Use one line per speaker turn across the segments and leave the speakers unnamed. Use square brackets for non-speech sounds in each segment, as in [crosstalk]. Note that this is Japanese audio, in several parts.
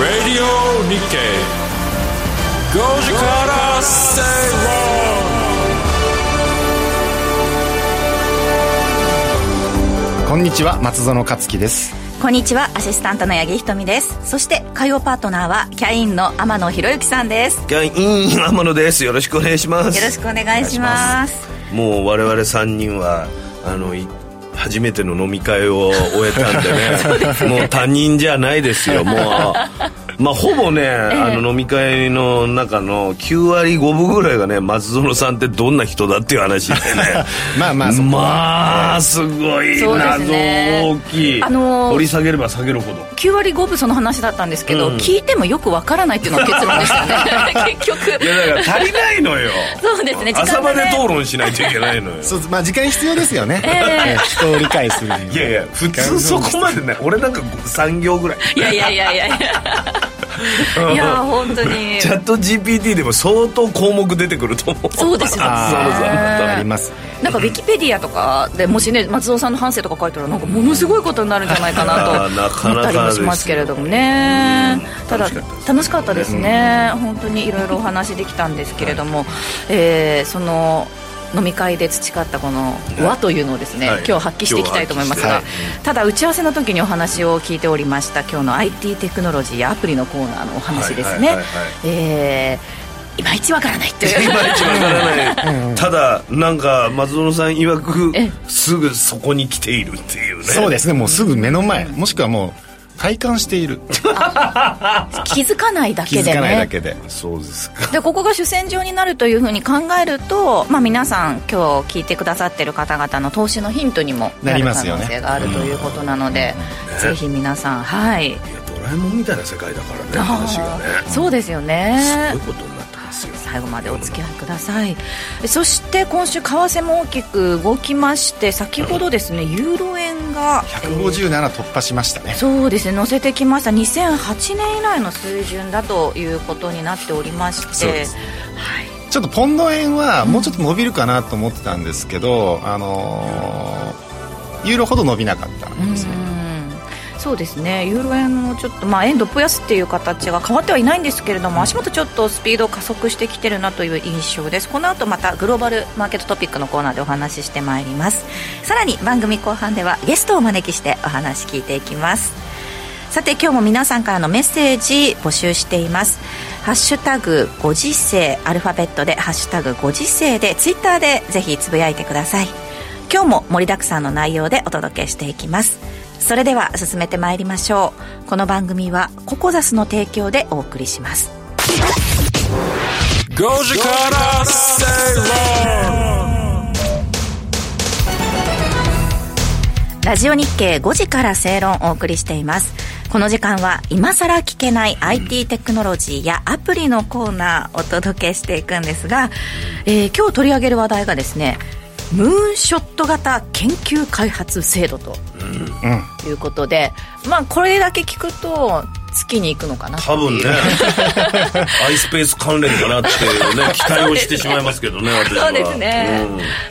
Radio Nikkei 5時から正
こんにちは松園克樹です
こんにちはアシスタントの八木ひとみですそして火曜パートナーはキャインの天野博之さんですよ
ギャイン [laughs] 天野ですよろしくお願いします
ろしくお願いします
もう我々3人はあのい初めての飲み会を終えた
[laughs]
んでねもう他人じゃないですよもうまあほぼね、あの飲み会の中の9割5分ぐらいがね松園さんってどんな人だっていう
[laughs]
話でね
まあまあそこ
まあすごい
そうです
謎
ね
大きい、
あのー
掘り下げれば下げるほど
9割5分その話だったんですけど、
うん
聞いてもよくわからないっていうのが結論でしたね結局
いやだから足りないのよ
そうですね時間がね
朝まで討論しないといけないのよ
そうまあ時間必要ですよね、
ええ
人を理解するにはい
やいや普通そこまでね俺なんか3行ぐらい
いやいやいやいやいやいや本当に
チャット GPT でも相当項目出てくると思う
そうですよね
あーありますね
なんかウィキペディアとかでもしね松尾さんの反省とか書いたらなんかものすごいことになるんじゃないか
[laughs] あー
な
な
と
か
思
な
っ
か
た
です
りもしますけれどもね
うん
ただ
楽しかった
楽しかったですね本当にいろいろお話できたんですけれどもえーその飲み会で培ったこの和というのをですね
はい
今日発揮していきたいと思います
は
が
い
ただ打ち合わせの時にお話を聞いておりました今日の IT テクノロジーやアプリのコーナーのお話ですね
はいはいはい
えーいまいちわからないっていう
[laughs] 今一番わからないただなんか松園さん曰
え
くすぐそこに来ているっていうね
そうですねもうすぐ目の前もしくはもう体感している
気づかないだ
気
け
づ
で
かない
ね
だけで
そうですか
でここが主戦場になるというふうに考えると、まあ、皆さん今日聞いてくださってる方々の投資のヒントにもな
なり
る可
ますよ
能
ね
性があるということなので、ぜひ皆さんはい
いやドラえもんみたいな世界だからね話がね
そうですよ
す
ね
ごいことになってますよ
最後までお付き合いくださいそして今週為替も大きく動きまして先ほどですねユーロ円が
157突破しましたね
そうですね乗せてきました2008年以来の水準だということになっておりまして
そうですちょっとポンド円はもうちょっと伸びるかなと思ってたんですけど、あのーユーロほど伸びなかったんですね、
うんそうですねユーロ円もちょっと、まあ、円ドプ安っていう形が変わってはいないんですけれども足元ちょっとスピードを加速してきてるなという印象ですこの後またグローバルマーケットトピックのコーナーでお話ししてまいりますさらに番組後半ではゲストをお招きしてお話聞いていきますさて今日も皆さんからのメッセージ募集していますハッシュタグご時世アルファベットでハッシュタグご時世でツイッターでぜひつぶやいてください今日も盛りだくさんの内容でお届けしていきますそれでは進めてまいりましょうこの番組はココザスの提供でお送りします
論5時から正論
ラジオ日経5時から正論をお送りしています。この時間は今更聞けない IT テクノロジーやアプリのコーナーをお届けしていくんですが、えー今日取り上げる話題がですね、ムーンショット型研究開発制度ということで、まあこれだけ聞くと月に行くのかなってい
多
う [laughs]
分ねアイスペース関連かなって
[laughs]
いうね期待をしてしまいますけどね私は
そうですね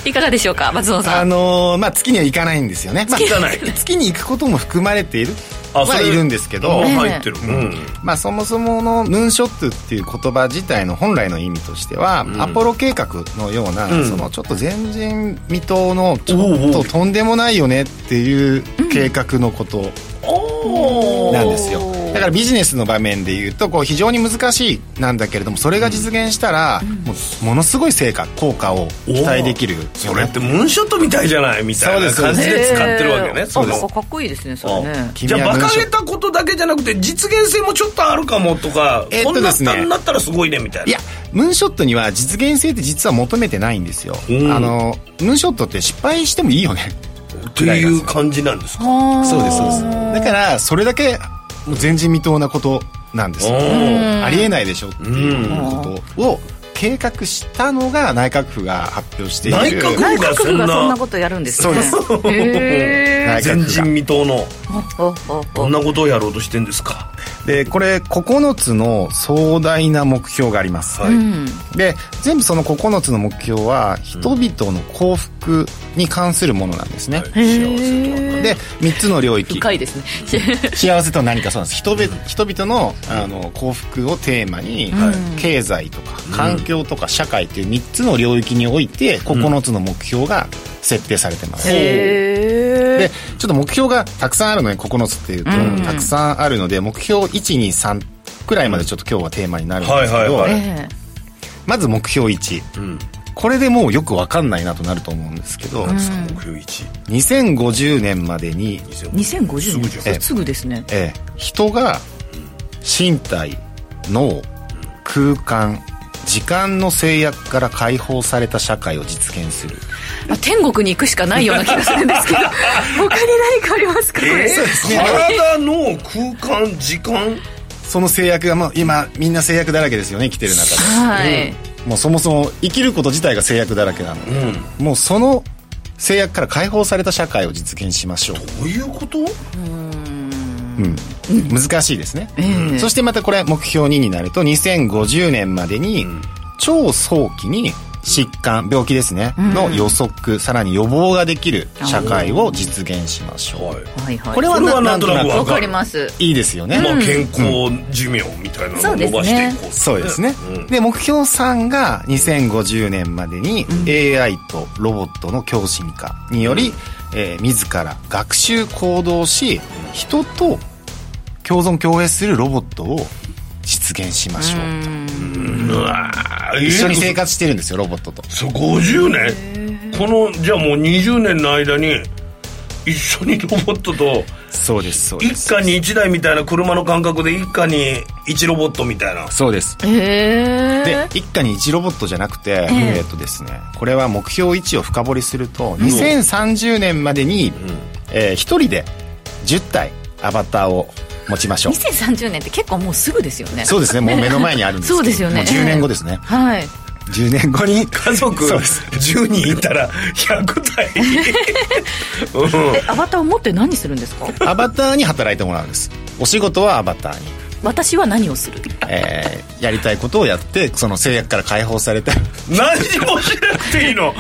うん。
いかがでしょうか、松野さ
あ
ん。
のーまあ、月には行かないんですよね、まあ
行かない
月に行くことも含まれている
あそ
は
れ
いるんですけ
あ
ど、
入ってるうん
まあ、そもそものムーンショットっていう言葉自体の本来の意味としては、アポロ計画のような、
うん
そのちょっと前人未到のちょっ
おうお
と
う
とんでもないよねっていう計画のことなんですよ、だからビジネスの場面で言うとこう非常に難しいなんだけれどもそれが実現したら、もうものすごい成果効果を期待できるよね
それってムーンショットみたいじゃないみたいな
そう
感
です
じ
そ
で使ってるわけね
そ
そうの
です。なんかかっこいいですね、それね。
君
じゃ
は
あ
ムー
馬
ン
鹿
ショ
げ
ット
たことだけじゃなくて実現性もちょっとあるかもとか、
えっ
ことん
で
な
すね
負担になったらすごいねみたい
い
な
やムーンショットには実現性って実は求めてないんですよ、
うん
あのムーンショットって失敗してもいいよね
っていう感じなんですか
あー
そうですそうですだからそれだけもう前人未到なことなんですよ
おー
ありえないでしょっていうことを計画したのが内閣府が発表している
内閣府
内閣府がそんなことやるんですね。
そう
へー
内
前
閣府が
人未到の
おおおお
どんなことをやろうとしてんですか
ででこれ9つの壮大な目標があります、
はい
うん
で全部その9つの目標は人々の幸福に関するものなんですね、
幸せとは
へー
で3つの領域
深いですね
幸せとは何かそうなんです人べ人々のあの幸福をテーマに、経済とか環境とか社会という3つの領域において9つの目標が設定されてます、
へ
でちょっと目標がたくさんあるので9つっていうと、たくさんあるので目標123くらいまでちょっと今日はテーマになるんですけど、
はいはいは
え
い
え
まず目標1
うん
これでもうよくわかんないなとなると思うんですけど、
何ですか目標1
2050年までに、
2050年
ゃん
すぐですね
えー人が身体脳空間時間の制約から解放された社会を実現する
あ天国に行くしかないような気がするんで
[laughs]
すけど他に何かありますかこれ
体の空間時間
その制約がもう今みんな制約だらけですよね生きてる中
はい
でもうそもそも生きること自体が制約だらけなの
う
で、
ん
もうその制約から解放された社会を実現しましょう
どういうこと
難しいですね、
ええ
そしてまたこれ目標2になると2050年までに超早期に疾患病気ですね、の予測さらに予防ができる社会を実現しましょう
は
はいはい
これは
これは
な
な
なんん
と
と
な
な
く
く
わ
わ
か
か
る
ります
いいですよね、
まあ、健康寿命みたいなのを伸ばしていこう
そうですね、
うん
で目標3が2050年までに AI とロボットの教師化により、えー自ら学習行動し人と共存共栄するロボットを実現しましょう、
うわー
一緒に
え
生
ー
活してるんですよロボットと
そう50年このじゃあもう20年の間に一緒にロボットと
そうですそう
一家に一台みたいな車の感覚で一家に一ロボットみたいな
そうです
へ
で
え
一家に一ロボットじゃなくて、えーっとですねこれは目標1を深掘りすると2030年までに、えー、1人で10体アバターを持ちましょう
2030年って結構もうすぐですよね
そうですねもう目の前にあるんですけど
そうですよね
もう10年後ですね、
はい
10年後に
家族
そうです
10人いたら100台うん
えアバターを持って何するんですか
アバターに働いてもらうんですお仕事はアバターに、
私は何をする
えーやりたいことをやってその制約から解放された
何もしなくていいの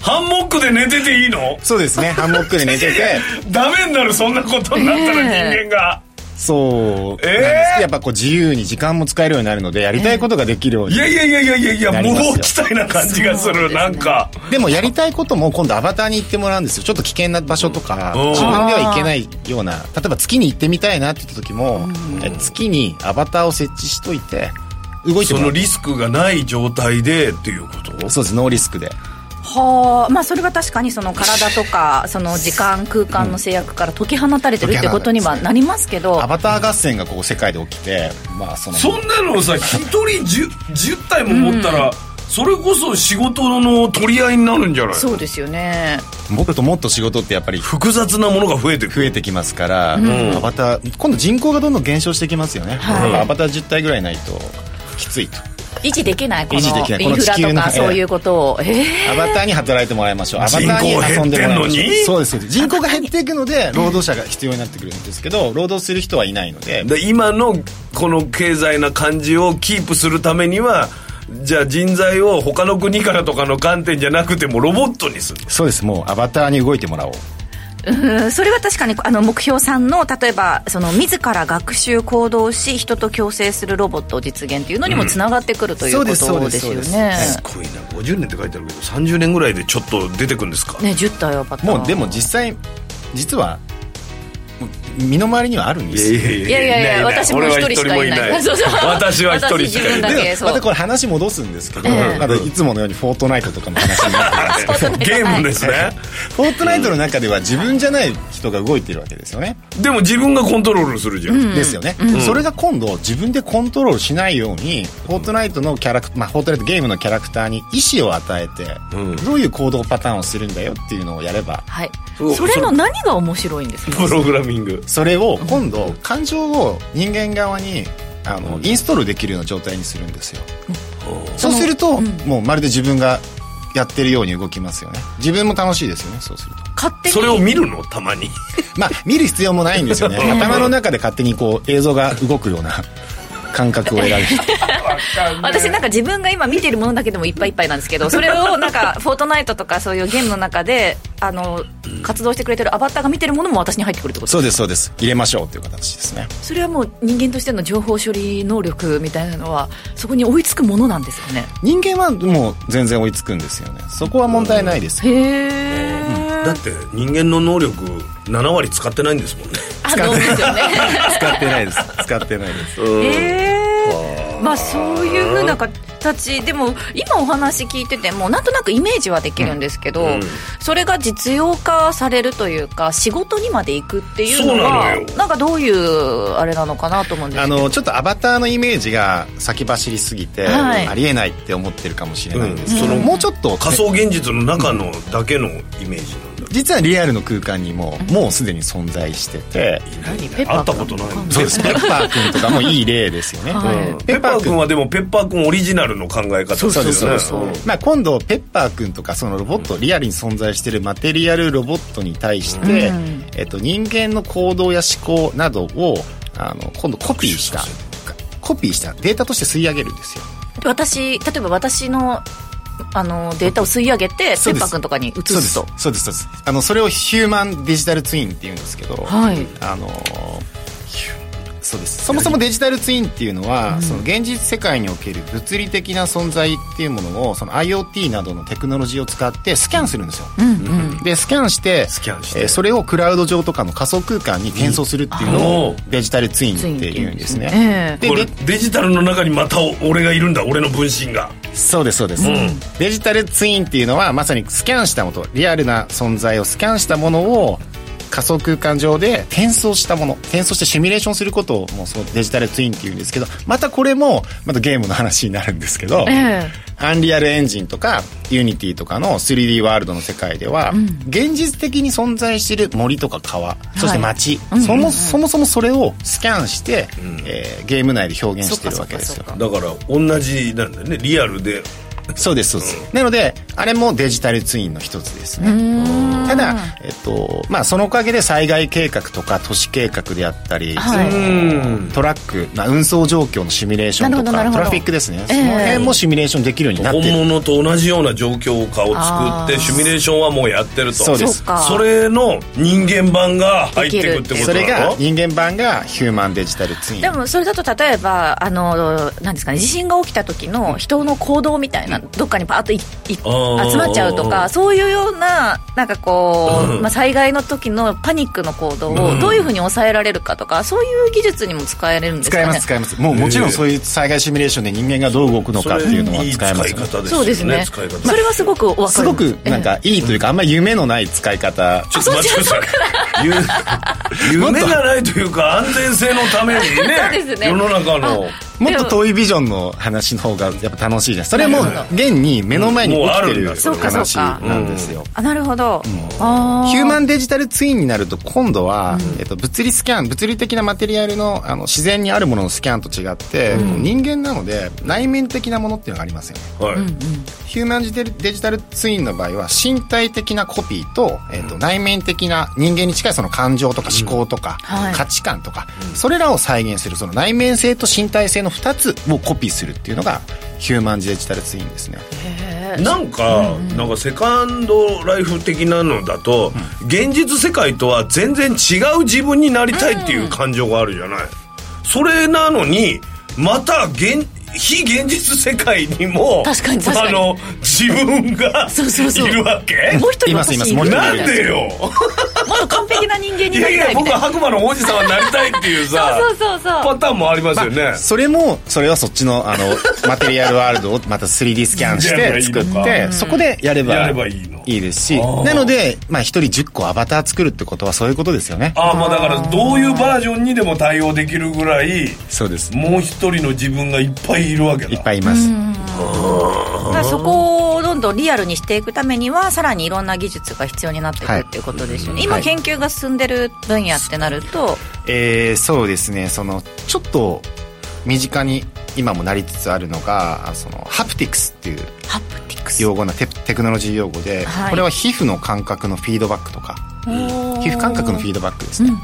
ハンモックで寝てていいの
そうですねハンモックで寝てて
ダメになるそんなことになったら
え
人間が、
そうなんですけど、
えー
やっぱこう自由に時間も使えるようになるのでやりたいことができるように、
いやいやいやいやいやいや
なり
無
ますよ
法地帯な感じがするなんか
でもやりたいことも今度アバターに行ってもらうんですよちょっと危険な場所とか
うん
自分では行けないような例えば月に行ってみたいなって言った時も、え月にアバターを設置しといて動いて
そ
もら
の
う
リスクがない状態でっていうこと
そうですノーリスクで
はあまあそれは確かにその体とかその時間空間の制約から解き放たれてるってことにはなりますけど
アバター合戦がこう世界で起きてまあその
そんなのさ一人 10, 10体も持ったら、それこそ仕事の取り合いになるんじゃない
そうですよね
もっともっと仕事ってやっぱり
複雑なものが増えてく
増えてきますから、アバター今度人口がどんどん減少してきますよね、
はい
アバター10体ぐらいないときついと
維持できないこ
維持できない
のインフラ
この地球
と
の
かそういうことをええ
アバターに働いてもらいましょうアバターに
人口
遊んでもらいまし
減ってんの
ょう
に
そうですそうです人口が減っていくので労働者が必要になってくるんですけど労働する人はいないので
で今のこの経済な感じをキープするためにはじゃあ人材を他の国からとかの観点じゃなくてもロボットにする
そうですもうアバターに動いてもらおう
うんそれは確かにあの目標3の例えばその自ら学習行動し人と共生するロボットを実現というのにもつながってくるという
そ
こ
うですそうで
とですすよ
そうです
ね。
すごいな50年って書いてあるけど30年ぐらいでちょっと出てくるんですか
ね10体はアバター
もうでも実際実はもう身の回りにはあるんですよ
い
いやいやいや
なな
私も
俺は
一人しかいない
一人も
そうそう
私は一人しかいない
私自分だけ
で
そう
またこれ話戻すんですけど、
ええ
まだいつものように「フォートナイト」とかの話になって [laughs] ますけど
ゲームですね
フォートナイトの中では自分じゃない人が動いてるわけですよね、
でも自分がコントロールするじゃん、
ですよね、それが今度自分でコントロールしないようにフォートナイトのキャラクター、まあ、フォートナイトゲームのキャラクターに意思を与えて、
うん
どういう行動パターンをするんだよっていうのをやれば
はい
そう
それの何が面白いんですか
プログラミング
それを今度感情を人間側にあのインストールできるような状態にするんですよ、そうすると、もうまるで自分がやってるように動きますよね自分も楽しいですよねそうすると
勝手に
それを見るのたまに
まあ見る必要もないんですよね頭の中で勝手にこう映像が動くような感覚を
[laughs]
得られる
私なんか自分が今見てるものだけでもいっぱいいっぱいなんです [laughs] けどそれをなんか「フォートナイト」とかそういうゲームの中であの活動してくれてるアバターが見てるものも私に入ってくるってこと
そうですそうです入れましょうという形ですね
それはもう人間としての情報処理能力みたいなのはそこに追いつくものなんですかね
人間はもう全然追いつくんですよねそこは問題ないです
へえ
だって人間の能力7割使ってないんですもんね
あのですよね
使ってないです使ってないです
へーまあそういうふうな形でも今お話聞いててもなんとなくイメージはできるんですけど、
うん
それが実用化されるというか仕事にまで行くっていう
そ
の
うな
が
のよ
なんかどういうあれなのかなと思うんです
あ
けど
のちょっとアバターのイメージが先走りすぎて、
はい
ありえないって思ってるかもしれないんですけど、
うん
もうちょっと
仮想現実の中のだけのイメージなんだ
実はリアルの空間にももうすでに存在してて、
ペッパ
会
ー
ったことない
そうですペッパーくんとかもいい例ですよね、
はい
ペッパー君はでもペッパー君オリジナルの考え方ですよね
そうですそうそううんまあ、今度ペッパーくんとかそのロボット、リアルに存在しているマテリアルロボットに対して、
うん
えっと、人間の行動や思考などをあの今度コピーしたコピーしたデータとして吸い上げるんですよ
私例えば私のあのデータを吸い上げてペ
そう
ッ
です
パー君とかに移
そうですす
と
そうですそうですあのそれをヒューマンデジタルツインっていうんですけど、
はい
あのそうですそもそもデジタルツインっていうのは、その現実世界における物理的な存在っていうものをその IoT などのテクノロジーを使ってスキャンするんですよ、でスキャンして
スキャンして
えーそれをクラウド上とかの仮想空間に転送するっていうの
う
を
ん
デジタルツインっていうんですね、
ええ
で
これ
で
デジタルの中にまた俺がいるんだ俺の分身が
そうですそうです、
ん
デジタルツインっていうのはまさにスキャンしたものリアルな存在をスキャンしたものを仮想空間上で転送したもの転送してシミュレーションすることをもうそうデジタルツインっていうんですけどまたこれもまたゲームの話になるんですけど、
え
アンリアルエンジンとかユニティとかの 3D ワールドの世界では、現実的に存在している森とか川そして町、そもそもそもそれをスキャンして、えーゲーム内で表現してるわけです
そっ
よ
かそっかそっ
だ
か
から同じなんだよねリアルで
そうですそうです、なのであれもデジタルツインの一つですねただ、えっとまあ、そのおかげで災害計画とか都市計画であったり、
はい
うん
トラック、まあ、運送状況のシミュレーションとかト
なるほどなるほど
ラフィックですね、その辺もシミュレーションできるようになって
本
る
物と同じような状況下を作っ
あー
てシミュレーションはもうやってると
そうですそう
か
それの人間版が入ってくってこと
それ
な
が
の
人間版がヒューマンデジタルツイン
でもそれだと例えばあのなんですかね地震が起きた時の人の行動みたいな、どっかにパーッといい
あー
集まっちゃうとかそういうようななんかこう、まあ、災害の時のパニックの行動をどういうふうに抑えられるかとか、そういう技術にも使えれるんです
使
か
え
ね
ます使えますもうもちろんそういう災害シミュレーションで人間がどう動くのかっていうのは使えます
いい使い方です
そ
よ
うですね
使い方
それはすごく分かる
すごくなんかいいというかあんまり夢のない使い方
ちょっと待ってください
[laughs]
ゆ夢がないというか安全性のために
[laughs] そう
ね
ですね
世の中の
もっと遠いビジョンの話の方がやっぱ楽しいですそれも現に目の前に起き
うん
て
もうあるん
る
だ
そうか
話
そうか
なんですよ
あなるほど、あー
ヒューマンデジタルツインになると今度は、えっと、物理スキャン物理的なマテリアルのあの自然にあるもののスキャンと違って、人間なので内面的なものっていうのがありますよね
はい
ヒューマンデジタルデジタルツインの場合は身体的なコピーと,、えー、と内面的な人間に近いその感情とか思考とか、
はい
価値観とか、それらを再現するその内面性と身体性の2つをコピーするっていうのがヒューマンデジタルツインですね
なんか、なんかセカンドライフ的なのだと、現実世界とは全然違う自分になりたいっていう感情があるじゃない、それなのにまた現非現実世界にも
確かに確かに
あの自分が
そうそうそう
いるわけ
もう一人
いますいます
私い
も
る
う一人
なんでよ
もっと完璧な人間に
いや
なり
いや
たいみ
僕
た
はい
な
白馬の王子様になりたいっていうさ
[laughs] そうそうそうそ
パ
う
ターンもありますよね、
それもそれはそっちのあ
[laughs]
のマテリアルワールドをまた 3D スキャンし
いやいや
て作っ
いいのか
てそこでやれば
やればいいの
いいですしなので、まあ、1人10個アバター作るってことはそういうことですよね
ああまあだからどういうバージョンにでも対応できるぐらい
そうですい
もう一人の自分がいっぱいいるわけだ
っぱいいます
だからそこをどんどんリアルにしていくためにはさらにいろんな技術が必要になってくるっていうことですよね、
は
今
い
研究が進んでる分野ってなると、
えーそうですねそのちょっと身近に今もなりつつあるのがあそのハプティクスっていう
ハプティクス
用語なテテクノロジー用語で、
はい
これは皮膚の感覚のフィードバックとか皮膚感覚のフィードバックですね、
よ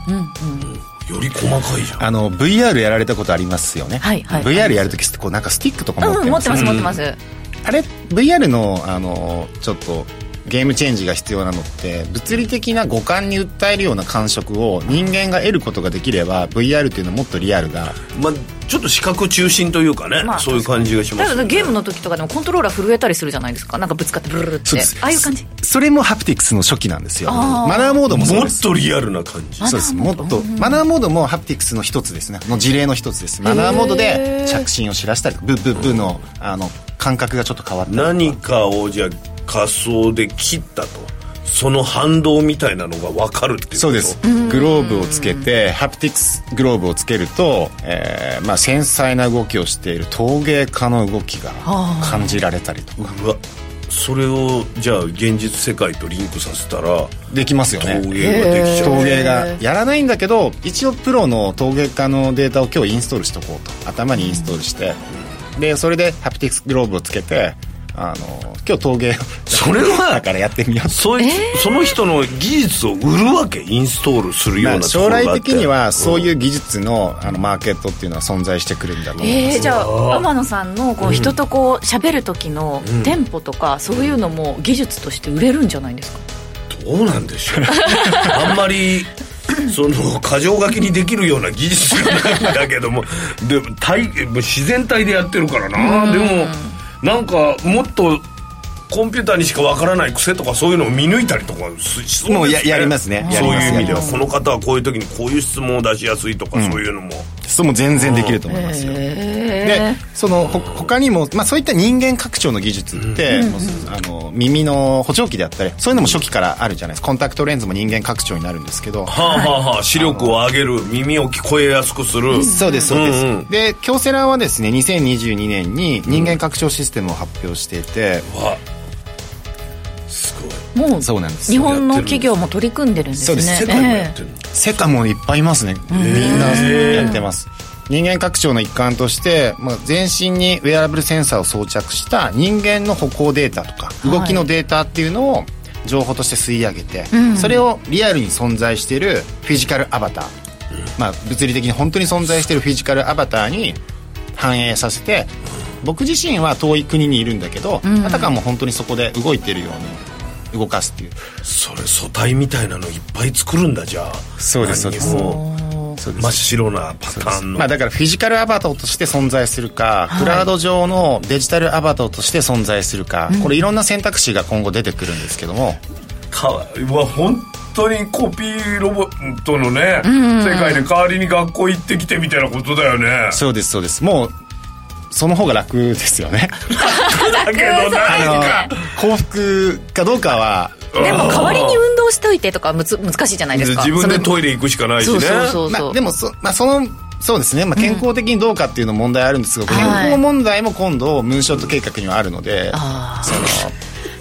り細かいじゃん
あの VR やられたことありますよね、
はいはい
VR やるときってこうなんかスティックとか持っ
うん
て
持
ま
って
す,、
ます持ってます、
あれ VR のあのちょっとゲームチェンジが必要なのって物理的な五感に訴えるような感触を人間が得ることができれば VR っていうのはもっとリアルが
まあちょっと視覚中心というかね、
まあ
そういう感じがしま
だけ
す
どゲームの時とかでもコントローラー震えたりするじゃないですかなんかぶつかってブルルルってああいう感じ
そそれもハプティクスの初期なんですよ
あー
マナーモードもそう
も
で
っ
す
とリアルな感じ
そうですもっとマナーモードもハプティクスの一つですねの事例の一つですマナーモードで着信を知らせたりブッブッブッのあの感覚がちょっと変わったりとか
何かをじゃあ仮想で切ったとその反動みたいなのが分かるっていうこと
そうですグローブをつけてハプティクスグローブをつけると、えーまあ、繊細な動きをしている陶芸家の動きが感じられたりとか
うわそれをじゃあ現実世界とリンクさせたら
できますよね
陶芸ができちゃう
陶芸がやらないんだけど一応プロの陶芸家のデータを今日インストールしとこうと頭にインストールして、でそれでハプティクスグローブをつけてあの今日陶芸を
それは
だからやってみようと
そいつその人の技術を売るわけインストールするよう
ま
な
あ
ところ
将
があって
来的にはそういう技術のあのマーケットっていうのは存在してくるんだと思います、
えー、じゃあ天野さんのこう人とこう喋る時のテンポとかそういうのも技術として売れるんじゃないですか
どうなんでしょうあんまりその過剰書きにできるような技術がないんだけどもでも体自然体でやってるからなでもなんかもっとコンピューターにしかわからない癖とかそういうのを見抜いたりとかししそうですね
もうややりますねやり
そう
ます
いう意味では
やります
この方はこういう時にこういう質問を出しやすいとか、そういうのも
そうもう全然できると思いますよ、でそのほ他にも、まあ、そういった人間拡張の技術って、もうあの耳の補聴器であったりそういうのも初期からあるじゃないですかコンタクトレンズも人間拡張になるんですけ
は
ど、
あはあはあ視力を上げる耳を聞こえやすくする
そうですそうです、
んん
で京セラはですね2022年に人間拡張システムを発表していて、
わすごい
もう
そうなんです
日本の企業も取り組んでるんですね
そうです
世界もやってるの、
セカもいっぱいいますねみんなやってます人間拡張の一環として、まあ、全身にウェアラブルセンサーを装着した人間の歩行データとか
い
動きのデータっていうのを情報として吸い上げて、それをリアルに存在しているフィジカルアバター、まあ、物理的に本当に存在しているフィジカルアバターに反映させて僕自身は遠い国にいるんだけど、あたかも本当にそこで動いてるように動かすっていう
それ素体みたいなのいっぱい作るんだじゃあ
そうです
何
そうです
も真っ白なパターンの、
まあ、だからフィジカルアバターとして存在するか、クラウド上のデジタルアバターとして存在するか、これいろんな選択肢が今後出てくるんですけども
かわいいうわ本当にコピーロボットのね、世界で代わりに学校行ってきてみたいなことだよね
そうですそうですもうその方が楽ですよ [laughs] ね
だけどなんか
あの幸福かどうかは
でも代わりに運動しといてとかむつ難しいじゃないですか
自分でト
イ
イレ行くしかないし
そ
ね
うそうそう
ま
そ
あ、
う、
でもそ,、まあ、そのそうですね、まあ、健康的にどうかっていうの問題あるんですが、
はい
健康問題も今度ムーンショット計画にはあるので
あ
その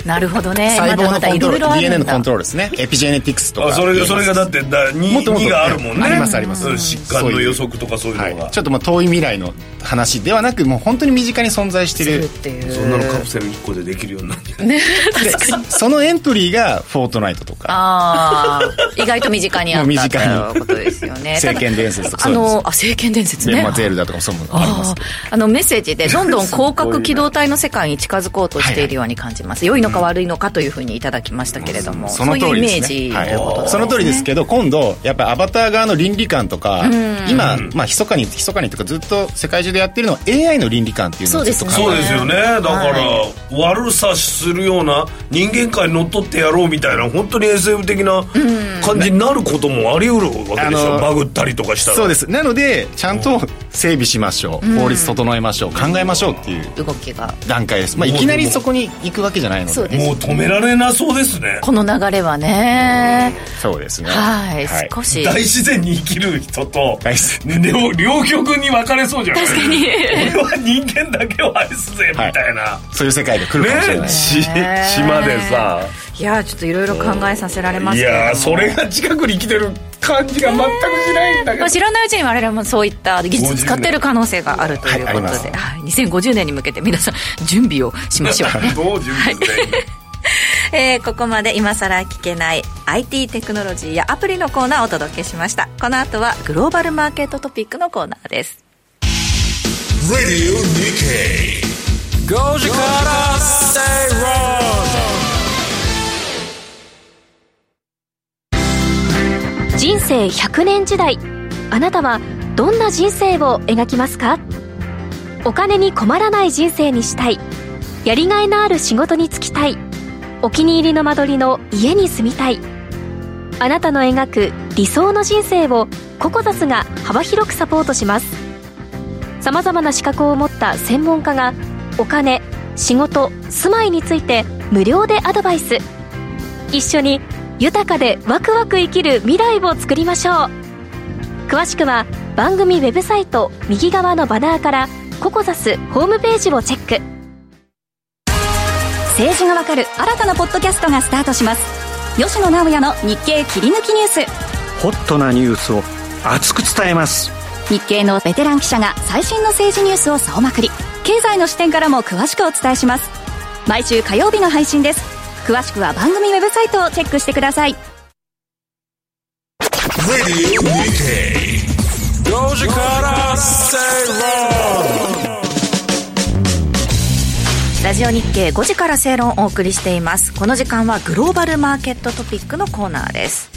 なるほどね
細胞
まだま
の
だ
コン
い
トロー
ろい
ル
ろあ
DNA の
るん
コ
だ
ントロールですねエピジェネティクスとか
あそれがそれがだってだ 2,
もっともっと
があるもんね
ありますあります
うん疾患の予測とかそういうのが、
はい、ちょっとまあ遠い未来の話ではなくもう本当に身近に存在してる
っていう
そんなのカプセル1個でできるようになって
でそのエントリーが「フォートナイト」とか
ああ意外と身近にあっ
もう身
たと
近に
いうことですよ
「
ね
聖剣伝説」と
た
か
だ
そうい
あ
う
の
の
あ政権伝説
で
ね
まあゼルダとかもそういうのもあります
あーあのメッセージでどんどん広角機動隊の世界に近づこうとしているように感じます、良いのか悪いのかというふうにいただきましたけれども、
その通りです、ね、
そういうイメージということ
は
で
い、
す
そ
ね
の通りですけど今度やっぱアバター側の倫理観とか今まあ密かに密かにというかずっと世界中でやってるのは AI の倫理観っていうのをずっと考え
そうですよねだから、悪さするような人間界にのっとってやろうみたいな本当に SF 的な感じになることもあり得るわけでしょ
あの
バグったりとかしたら
そうですなのでちゃんと整備しましょう法律整えましょう考えましょうっていう
動きが
段階です、まあ、いきなりそこに行くわけじゃないので
そうです
もう止められなそうですね
この流れはね
そうですね
はい、少し
大自然に生きる人と
大自
両両極に分かれそうじゃない確かに俺は人間だけを愛すぜみたいな、
そういう世界が来るかもしれない、
ねし島でさ
いやーちょっといろいろ考えさせられます
い
けれども
やーそれが近くに来てる
感じが全くしないんだけど
まあ、知らないうちに我々もそういった技術を使ってる可能性があるという
は
ことで、
いあります
はい、2050年に向けて皆さん準備をしましょう、
どう準備して
[laughs] えーここまで今さら聞けない IT テクノロジーやアプリのコーナーをお届けしましたこの後はグローバルマーケットトピックのコーナーです
Radio Nikkei. Goji Kara Say Wrong.
人生100年時代あなたはどんな人生を描きますかお金に困らない人生にしたいやりがいのある仕事に就きたいお気に入りの間取りの家に住みたいあなたの描く理想の人生をココザスが幅広くサポートしますさまざまな資格を持った専門家がお金仕事住まいについて無料でアドバイス一緒に豊かでワクワク生きる未来を作りましょう詳しくは番組ウェブサイト右側のバナーからココザスホームページをチェック
政治がわかる新たなポッドキャストがスタートします吉野直也の日経切り抜きニュース
ホットなニュースを熱く伝えます
日経のベテラン記者が最新の政治ニュースを総まくり経済の視点からも詳しくお伝えします毎週火曜日の配信です詳しくは番組ウェブサイトをチェックしてください
Radio Nikkei. Goji Kara Say Wrong.
ラジオ日経5時から正論をお送りしていますこの時間はグローバルマーケットトピックのコーナーです、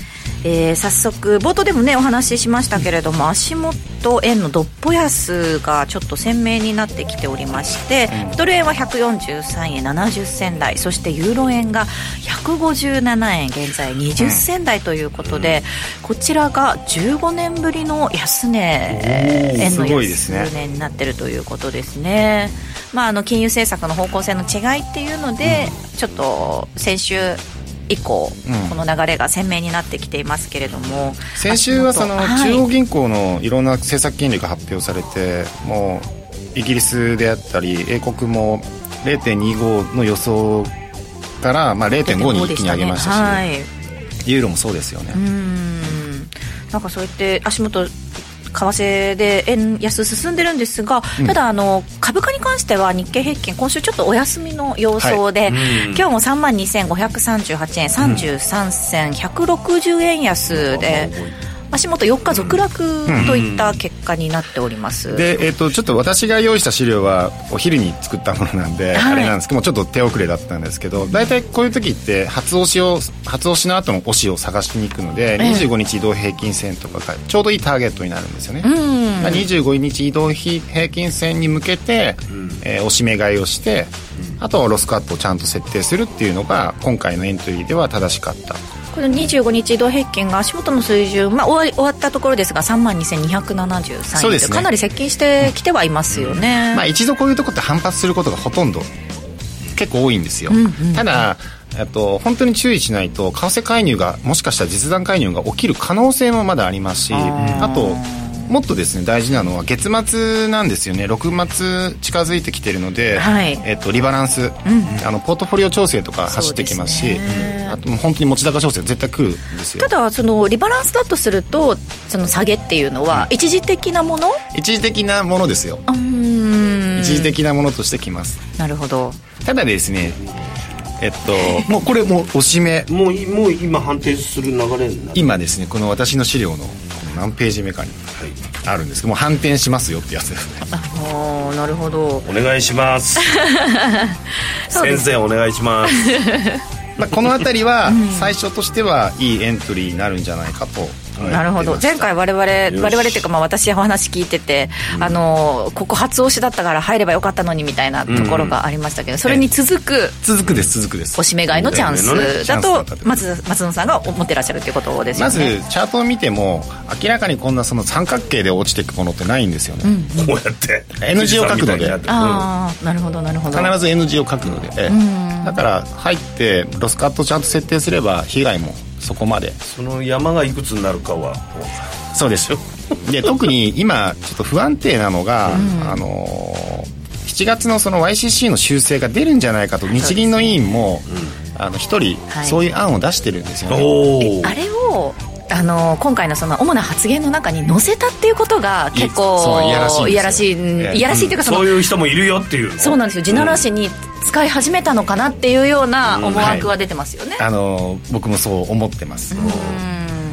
えー早速冒頭でもねお話ししましたけれども足元円のドッポ安がちょっと鮮明になってきておりましてドル円は143円70銭台そしてユーロ円が157円現在20銭台ということで、こちらが15年ぶりの安値
おー
円の
すごいです
安
ね
値年になってるということですね、まあ、あの金融政策の方向性の違いっていうので、ちょっと先週以降、
うん
この流れが鮮明になってきていますけれども
先週はその
足元
中央
はい
銀行のいろんな政策金利が発表されてもうイギリスであったり英国も0.25の予想からまあ0.5に一気に上げましたし、
はい、
ユーロもそうですよね、
うんなんかそうやって足元為替で円安進んでるんですが、
うん
ただあの株価に関しては日経平均今週ちょっとお休みの様相で、
ん
今日も3万2538円33銭、160円安で、足元4日続落といった結果になっております、
で、えっとちょっと私が用意した資料はお昼に作ったものなんで、
はい
あれなんですけどもうちょっと手遅れだったんですけど大体こういう時って初押しを初押しの後の押しを探しに行くので、25日移動平均線とかがちょうどいいターゲットになるんですよね、まあ25日移動ひ平均線に向けて、えー押し目買いをして、あとはロスカットをちゃんと設定するっていうのが今回のエントリーでは正しかった
この25日移動平均が足元の水準、まあ、終わり終わったところですが3万2273
そうで
円です
ね
かなり接近してきてはいますよね、
まあ、一度こういうとこって反発することがほとんど結構多いんですよ、ただえっと本当に注意しないと為替介入がもしかしたら実弾介入が起きる可能性もまだありますしあともっとですね大事なのは月末なんですよね6末近づいてきてるので、
はい
えっと、リバランス、あのポートフォリオ調整とか走ってきます
そう
しあともう本当に持ち高調整絶対来るんですよ
ただそのリバランスだとするとその下げっていうのは一時的なもの
一時的なものですよ、
うん
一時的なものとしてきます
なるほど
ただですねえっともうこれもうおしめ
もういもう今判定する流れになる
今ですねこの私の資料のこの何ページ目かにあるんですけどもう反転しますよってやつですね
ああなるほど
お願いします先生お願いします
まあこの辺りは最初としてはいいエントリーになるんじゃないかと思ってます
なるほど前回我々我々っていうかまあ私お話聞いてて、あのここ初押しだったから入ればよかったのにみたいなところがありましたけど、それに続く
続くです続くです
おしめ買いのチャン
おしめ買いの
ね
スだ
チャ
と
ンスだったと
松松野さんが思ってらっしゃるっていうことですよ
まず
ね
チャートを見ても明らかにこんなその三角形で落ちていくものってないんですよね、
こうやって。
N 字を書くので
うん
ああなるほどなるほど
必ず N 字を書くので、ええだから入ってロスカットちゃんと設定すれば被害もそこまで
その山がいくつになるかは。
そうですで特に今ちょっと不安定なのが、あのー7月のその YCC の修正が出るんじゃないかと日銀の委員も、あの一人
はい
そういう案を出してるんですよね、
おお。
あれをあの今回のその主な発言の中に載せたっていうことが結
いそう
構
いやらしいんですよ
いやらしいうん
ええ
いやらしいっていうかその、
そういう人もいるよっていう
そうなんですよ地ならしに使い始めたのかなっていうような思惑は出てますよね、
あの僕もそう思ってます、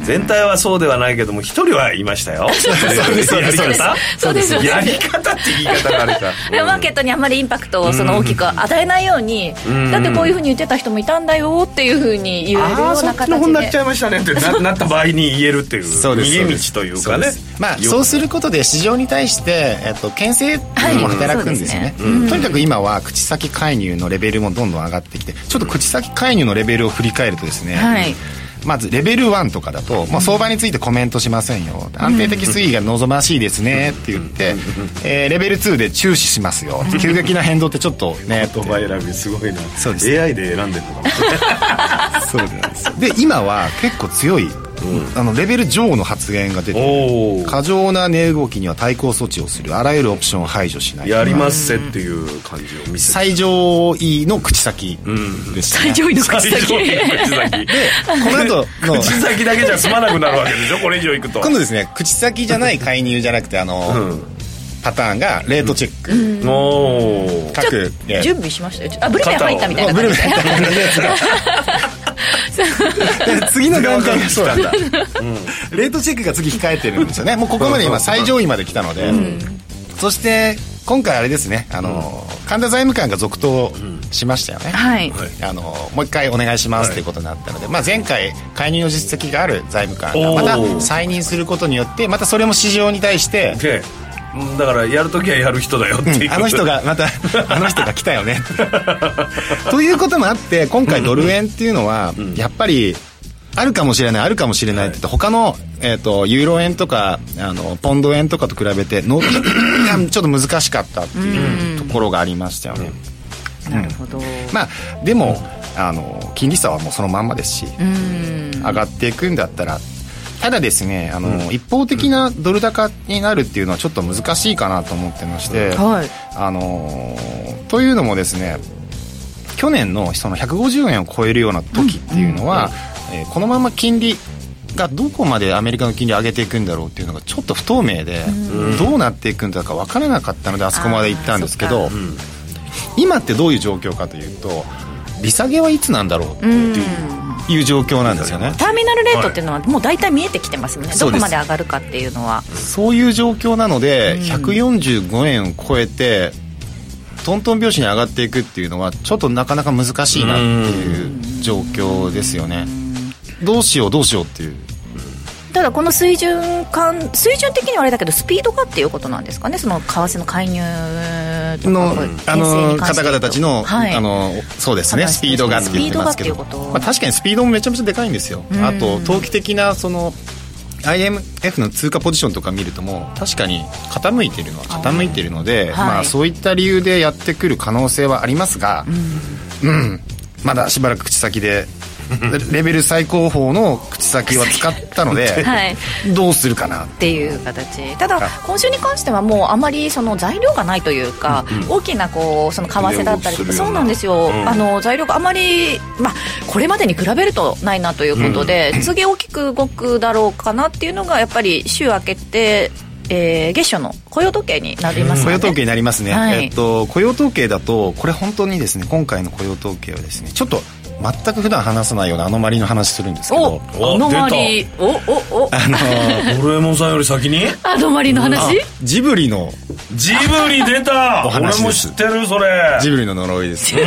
全体はそうではないけども一人はいましたよやり方
そうですそうです
やり方って言い方があれか
でマーケットにあんまりインパクトをその大きく与えないように、だってこういうふうに言ってた人もいたんだよっていうふうに言えるよ
ああ
う
そ
な
っちの方になっ
形
ちゃ
で
いましたねってななった場合に言えるっていう
そうです
逃げ道というかね
そですまあそうすることで市場に対して、えっと、牽制も働くんですよね,、とにかく今は口先介入のレベルもどんどん上がってきてちょっと口先介入のレベルを振り返るとですね、
はい
まずレベル1とかだと、まあ、相場についてコメントしません [laughs] よ安定的推移が望ましいですねって言って、 [laughs] えーレベル2で注視しますよ急激な変動ってちょっと [laughs] ね
言葉選びすごいな
そうです
AI で選んでるのか
そうなんですで今は結構強い、あのレベル上の発言が出
な
て
おお
過剰な値動きには対抗措置をするあらゆるオプションを排除しない
やりますせっていう感じを見せて
最上位の口先でした、ね
上位の口先
上位の口先
[laughs]
この後の
口先だけじゃ済まなくなるわけでしょこれ以上いくと
今度ですね口先じゃない介入じゃなくてあの、
うん
パターンがレートチェック、
おー
各えー
準備しましたよあブルペン入ったみたいな
ブル
感
ー
じ
メンタルのやつが [laughs] で次の段階がそうなんだ、レートチェックが次控えてるんですよねもうここまで今最上位まで来たので、そして今回あれですねあの、神田財務官が続投しましたよね、
はい
あのもう一回お願いしますということになったので、まあ、前回介入の実績がある財務官がま
おー
た再任することによってまたそれも市場に対して、
でうんだからやるときはやる人だよっていう、
あの人がまたあの人が来たよね [laughs] ということもあって今回ドル円っていうのはやっぱりあるかもしれないあるかもしれないって言って他の、えー、とユーロ円とかあのポンド円とかと比べて [coughs] 伸びがちょっと難しかったっていうところがありましたよね。
なるほど
まあ、でも、あの金利差はもうそのまんまですし、上がっていくんだったらただですねあの、一方的なドル高になるっていうのはちょっと難しいかなと思ってまして、
はい
あのーというのもですね去年のその150円を超えるような時っていうのは、えーこのまま金利がどこまでアメリカの金利を上げていくんだろうっていうのがちょっと不透明で、どうなっていくんだか分からなかったのであそこまで行ったんですけど、今ってどういう状況かというと利下げはいつなんだろうっていう状況なんですよね、
ターミナルレートっていうのはもう大体見えてきてますよね、
そ
ど
う
こ
です
まで上がるかっていうのは
そういう状況なので、145円を超えてトントン拍子に上がっていくっていうのはちょっとなかなか難しいなっていう状況ですよねどうしようどうしようっていう
ただこの水準感水準的にはあれだけどスピードがっていうことなんですかねその為替の介入とか
の
こういう
あ
編成
の
に関して
方々たちの,、
はい
あのそうですね
話
スピードがって言ってますけ
ス
ど
ピードがっていうこと
まあ、確かにスピードもめちゃめちゃでかいんですよ、あと投機的なその IMF の通貨ポジションとか見るともう確かに傾いてるのは傾いてるので、
はい
まあ、そういった理由でやってくる可能性はありますが、うんまだしばらく口先
[laughs]
でレベル最高峰の口先は使ったので、
はい
どうするかな
っていう形ただ今週に関してはもうあまりその材料がないというか、大きなこうその為替だったり
値動きするような
そうなんですよ、
うん
あの材料があまり、まあ、これまでに比べるとないなということで、次大きく動くだろうかなっていうのがやっぱり週明けて、えー月初の雇用統計になります
雇
よ
用
ね
統計になりますね、
はい
えっと、雇用統計だとこれ本当にですね今回の雇用統計はですねちょっと全く普段話さないようなアノマリーの話するんですけど
お、
お
あのまり、お、お、お、
あのー
ドラえもんさんより先に
あのまりの話。
ジブリの
ジブリ出た
お
俺
話
も
で
知
す
ってるそれ
ジブリの呪い
[laughs]
です
ブ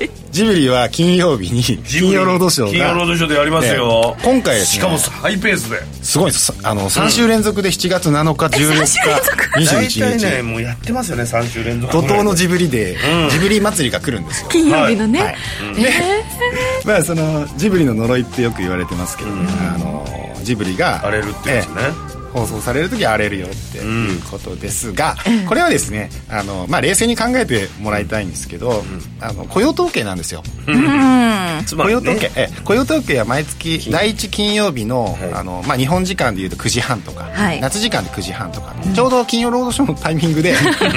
リ、
ジブリは金曜日に
ジブ
金
リ
曜ロードショー
金曜ロー
が
ドショーでやりますよ、
ね今回ですね
しかもハイペースです
ごいですあの3週連続で7月7日
大
14日21
体ね
日
もうやってますよね3週連続
怒涛のジブリでジブリ祭りが来るんですよ
金曜日のね。
はいでまあそのジブリの呪いってよく言われてますけど、あのジブリが
荒れるってやつね、
放送される時は荒れるよっていうことですが、これはですねあの、まあ、冷静に考えてもらいたいんですけど、あの雇用統計なんですよ、
つま
雇
り、
用
ね、
統計、ええ雇用統計は毎月第1金曜日の,、あのまあ、日本時間でいうと9時半とか、
はい
夏時間で9時半とか、ちょうど金曜ロードショーのタイミングで
[laughs] 確かに。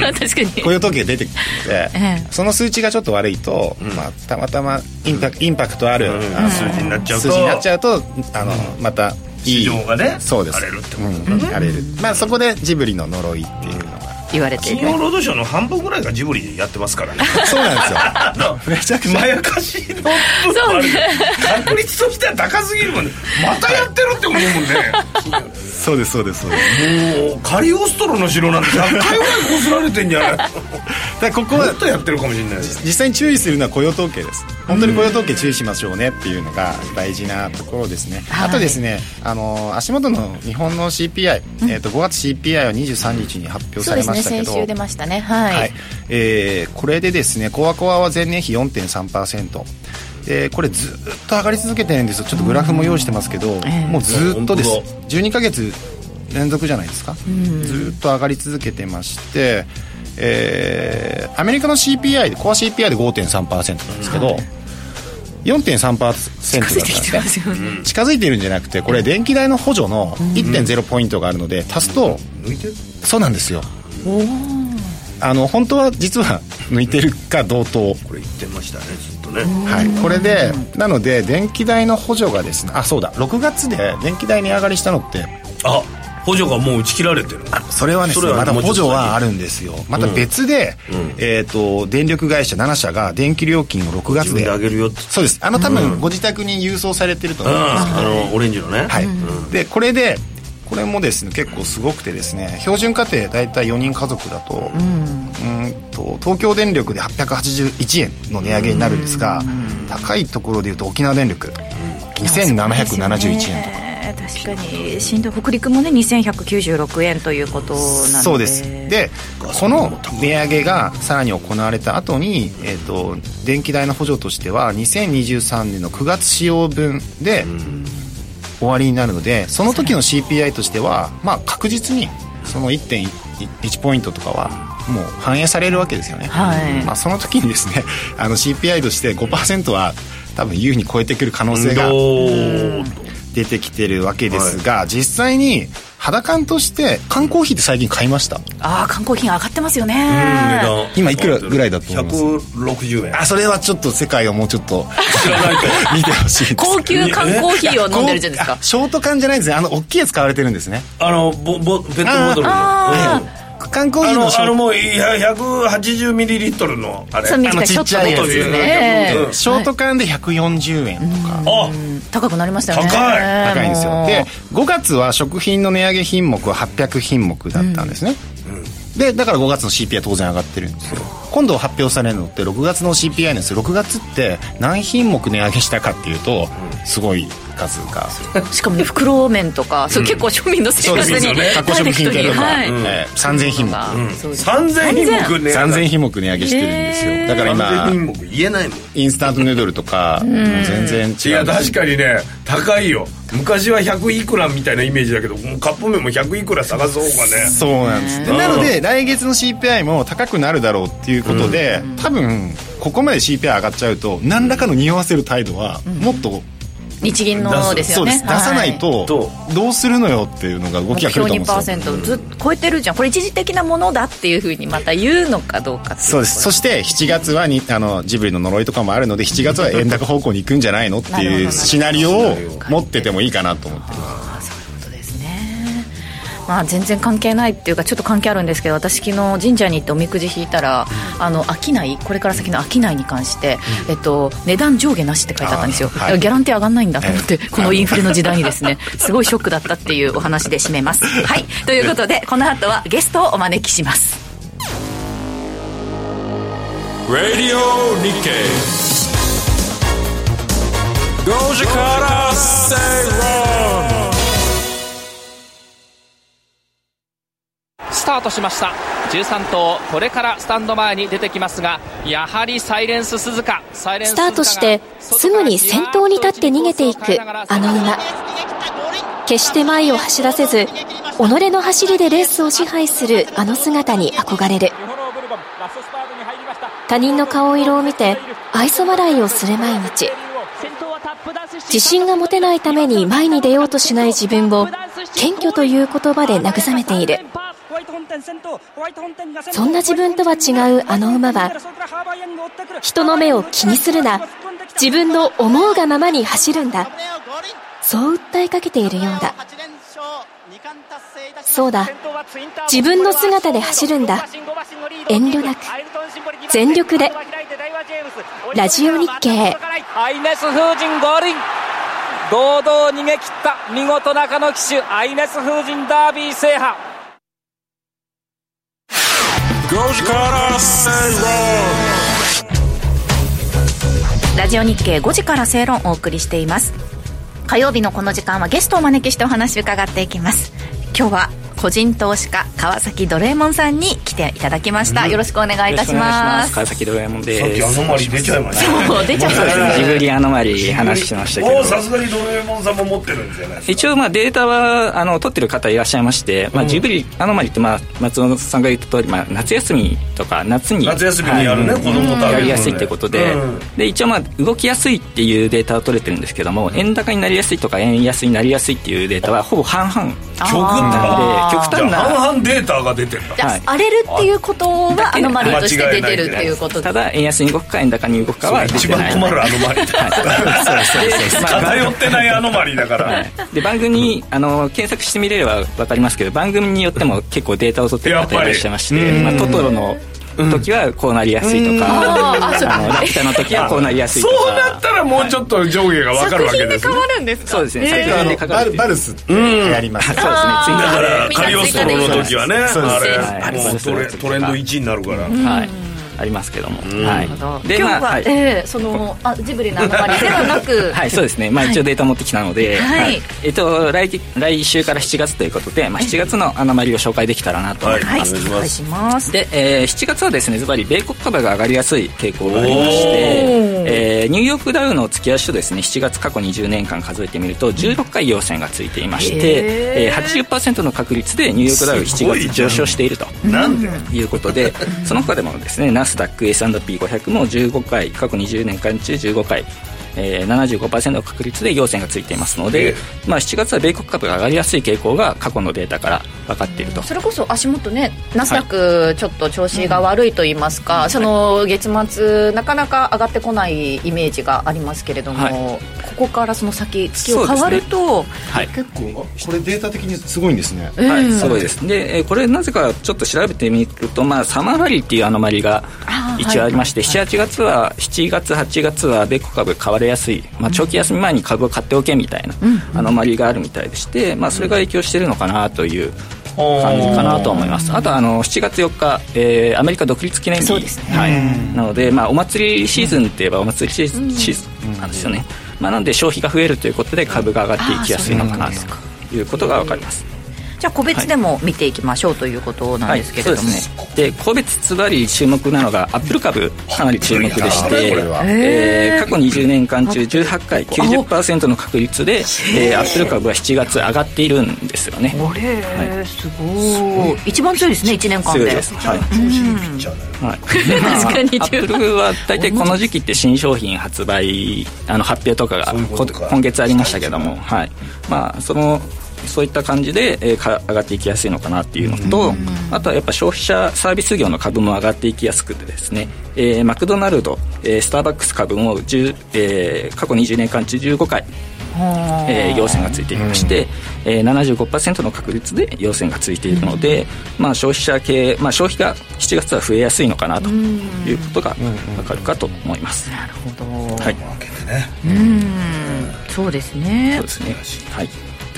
雇用統計出てくるので、
ええ
その数値がちょっと悪いと、まあ、たまたまインパインパクトある、あの
数字になっちゃうと
数字になっちゃうとあの、また
市場がね
そうです
荒れるってこと
うん荒れるまあそこでジブリの呪いっていうのが
言われてい
金
る
曜ロードショーの半分ぐらいがジブリやってますからね
そうなんですよ
あの [laughs]
めちゃくちゃ
まやかしの部分ある確率としては高すぎるもんねまたやってるって思うもん
そうですそうですそうです
ねもうカリオストロの城なんて100回ぐらいこすられてんじゃな
だ
い
からここ
も
は
っとやってるかもしれないです
実際に注意するのは雇用統計です本当に雇用統計注意しましょうねっていうのが大事なところですね、あとですねあの足元の日本の CPI、えー、と5月 CPI は23日に発表さ
そうで
れ
す
ま
ね
したけ
先
ど、
週出ましたねはい、
はいえーこれでですねコアコアは前年比4.3%でこれずっと上がり続けてるんですよちょっとグラフも用意してますけど、もうずっとです
本当
12ヶ月連続じゃないですか、ずっと上がり続けてまして、えーアメリカの CPI でコア CPI で5.3%なんですけど、4.3%だったんですね近づいているんじゃなくてこれ電気代の補助の1.0ポイントがあるので足すと
抜いてる
そうなんですよあの本当は実は [laughs] 抜いてるか同等
これ言ってましたねずっとね
はいこれでなので電気代の補助がですねあそうだ6月で電気代値上がりしたのって
あ補助がもう打ち切られてる
それはです
そ
ね
れは
また
もうち
補
ょっと
助はあるんですよまた別で、えー、と電力会社7社が電気料金を6
自
月
分
で
であげるよって
そうですあの多分ご自宅に郵送されてると
うん
思うんですけど、
あのオレンジのね
はい
うん
でこれでこれもですね結構すごくてですね標準家庭大体4人家族だと,、うーんと東京電力で881円の値上げになるんですが、高いところでいうと沖縄電力、2771円とか。
ね確かに新東北陸もね2196円ということなので
そうですでこの値上げがさらに行われた後に、えー、と電気代の補助としては2023年の9月使用分で終わりになるのでその時の CPI としては、まあ、確実にその1.1ポイントとかはもう反映されるわけですよね、
はい
まあ、その時にですねあの CPI として5%は多分優に超えてくる可能性が
どう
出てきてるわけですが、実際に肌感として缶コーヒーって最近買いました
ああ缶コーヒー上がってますよね
今いくらぐらいだと思います
160円
あそれはちょっと世界をもうちょっと知らないと見てほしいです
高級缶コーヒーを飲んでるじゃないです
こ
か
うあショート缶じゃないんですねあの大きいやつ買われてるんですね
あのボボペットボトルの
あ
うん
缶コーヒ
あ
ーの
の
ショ
あ
ー
の
ト
もう180ミリリットルのあれ
そう短
あの
いシ
ち
ョ
っち
ッ
ゃ
ト
いや
ボト
つ
ル
です
ね
うん
ショート缶で140円とか
あ
高くなりましたよね
高い
高いんです
も
よ
う
で5月は食品の値上げ品目は800品目だったんですね、でだから5月の CPI 当然上がってるんですよ今度発表されるのって6月の CPI なんですよ6月って何品目値上げしたかっていうとすごい数が
しかもね袋麺とかそう結構庶民の生
そうで
活
すよ
に
ね加工食品系とか、
はい
えー3000品目
そうです
3000品目ね
3000品目値上げしてるんですよだから今
3000品目言えないもん
インスタントヌードルとか全然違う
いや確かにね高いよ昔は100いくらみたいなイメージだけどもうカップ麺も100いくら探す方がね
そうなんです、なので来月の CPI も高くなるだろうっていうことで、多分ここまで CPI 上がっちゃうと何らかの匂わせる態度はもっと、
日銀のです
そ
よ
うで
ね
す出さないと
と
どうするのよっていうのが動
目
きが来
標
ると思うんですよ
2%ずっと超えてるじゃんこれ一時的なものだっていうふうにまた言うのかどうかってい
そうですそして7月はにあのジブリの呪いとかもあるので7月は円高方向に行くんじゃないのって
なるほどなる
い
ほ
う
ど
シナリオを持っててもいいかなと思って
ことですねまあ全然関係ないっていうかちょっと関係あるんですけど私昨日神社に行っておみくじ引いたら、あの商いこれから先の商いに関して、えっと、値段上下なしって書いてあったんですよ、
あーはい
ギャランティー上がんないんだと思って、
ええ
このインフレの時代にですねすごいショックだったっていうお話で締めますはいということでこの後はゲストをお招きします
Radio Nikkei. Doja Cat, say run.
スタートしました13頭これからスタンド前に出てきますがやはりサイレンス鈴鹿サイレンス
スタートしてすぐに先頭に立って逃げていくあの馬決して前を走らせず己の走りでレースを支配するあの姿に憧れる他人の顔色を見て愛想笑いをする毎日自信が持てないために前に出ようとしない自分を謙虚という言葉で慰めているそんな自分とは違うあの馬は人の目を気にするな自分の思うがままに走るんだ
そう訴えかけているようだ
そうだ自分の姿で走るんだ遠慮なく全力でラジオ日経へ
アイネス・フージン合輪堂々逃げ切った見事中野騎手アイネス・フージンダービー制覇
Goji Kara Seiron.
ラジオ日経5時から正論をお送りしています火曜日のこの時間はゲストをお招きしてお話を伺っていきます今日は個人投資家川崎ドレーモンさんに来ていただきました、よろしくお願いいたします
川崎ドラえもんです
さっきアノマリー出ちゃいましたね
そう出ちゃったんですね
ジブリアノマリ話してましたけ
もうさ
ど
すがにドラえもんさんも持ってるんじゃないですか
一応まあデータはあの取ってる方いらっしゃいまして、まあ、ジブリアノマリってまあ松尾さんが言った通りまあ夏休みとか夏に
夏休みにやるね
はい
子供とあげるのね
やりやすいってことで,、
うん
で一応まあ動きやすいっていうデータは取れてるんですけども円高になりやすいとか円安になりやすいっていうデータはほぼ半々
曲
なんで極
じゃ
端
あ
な
半々データが出てるんだ
じゃあ、
はい
荒れるっていうことはアノマリーとして出てる
間
っ
違いない
ていうことで
ただ円安に動くか円高に動くかは出
一
てな
番
い
困るアノマリーだ
まあ
偏ってないアノマリーだから、
で番組にあの検索してみれれば分かりますけど番組によっても結構データを取ってる方いらっしゃいまして、まあ、トトロの時はこうなりやすいとか、あのラピュタの時はこうなりやすいと
そ
か
うなったらもうちょっと上下がわかるわけですね
るんです
そうですね
あ
先ほど
の
で書
バ
かれ
ル
て
バルスって流行りまし
そうで
た
すねツイッター
だから
みんな
カリオストロの時はね
そうです
はい
あれもうトレトレンド1位になるから、
で、はい、ありますけども、はい、で
今日は、
まあはい
えーそのあジブリのアノマリーではなく
はい、そうですね、まあ、一応データ持ってきたので、
はい
えっと、来来週から7月ということで、まあ、7月のアナマリを紹介できたらなと思います、
はい、お願いし
お
ま
願い
す
します
で、えー7月はですねずばり米国株が上がりやすい傾向がありまして、えーニューヨークダウの月足とですね7月過去20年間数えてみると16回陽線がついていまして、えー、80%の確率でニューヨークダウ
すごい
7
じゃん
月上昇していると
なんで
いうことで [laughs] その他でもですねナスダック S&P500 も15回過去20年間中15回えー、75%の確率で陽線がついていますの
ええ
で、まあ、7月は米国株が上がりやすい傾向が過去のデータから分かっていると
それこそ足元ねナスダックちょっと調子が悪いと言いますか、その月末なかなか上がってこないイメージがありますけれども、
はい
ここからその先月を変わると、
はい
結構これデータ的にすごいんですね
はい、すごいですでえーこれなぜかちょっと調べてみると、まあ、サマーラリーっていうアノマリが一応ありまして、78月は7月8月は米国株買われやすい、まあ、長期休み前に株を買っておけみたいなアノマリがあるみたいでして、まあ、それが影響してるのかなという感じかなと思いますあとあの7月4日、えーアメリカ独立記念日
そうですね
はい、なので、まあ、お祭りシーズンといえばお祭りシーズンシーズンなんですよね、まあ、なので消費が増えるということで株が上がっていきやすいのかなということが分かります
じゃあ個別でも見ていきましょうということなんですけれども、
はいそうですね、で個別つばり注目なのがアップル株かなり注目でして、えー過去20年間中18回90%の確率で、えーアップル株は7月上がっているんですよね
あれ、すごい一番強いですね1年間
強
で
いです、はいはい、
確かに
アップルは大体この時期って新商品発売あの発表とかが
そういうことか
こ今月ありましたけども、はいまあ、そのそういった感じで、えーか上がっていきやすいのかなっていうのと、あとはやっぱ消費者サービス業の株も上がっていきやすくてですね、えーマクドナルド、えースターバックス株も、10えー過去20年間中15回、えー陽線がついていまして、えー、75%の確率で陽線がついているので、まあ、消費者系、まあ、消費が7月は増えやすいのかなということがわかるかと思います、
なるほど
はい、
そうですね
そうですね、はい、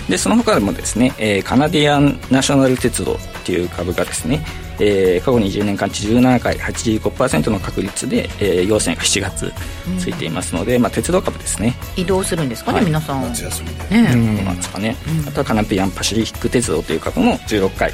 でその他でもですね、えーカナディアンナショナル鉄道っていう株がですね、えー過去20年間中17回85%の確率で、えー、陽線が7月ついていますので、まあ、鉄道株ですね
移動するんですかね、
はい
皆さん
夏休みで
ね
出ますかね、あとはカナピアンパシフィック鉄道という株も16回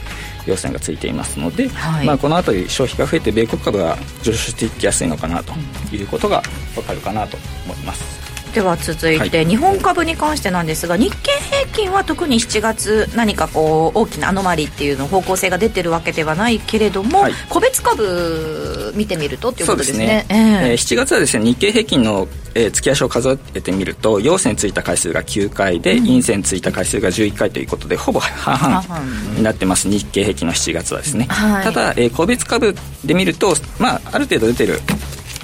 要線がついていますので、
はい
まあ、この辺り消費が増えて米国株が上昇していきやすいのかなということが分かるかなと思います、
では続いて、
はい
日本株に関してなんですが日経平均は特に7月何かこう大きなアノマリっていうの方向性が出てるわけではないけれども、
はい
個別株見てみるとっていうことですね
えー
ええ
7月はですね日経平均の、えー月足を数えてみると陽線ついた回数が9回で、陰線ついた回数が11回ということでほぼ半
半
々になってます、日経平均の7月はですね、
はい
ただ、えー個別株で見ると、まあ、ある程度出てる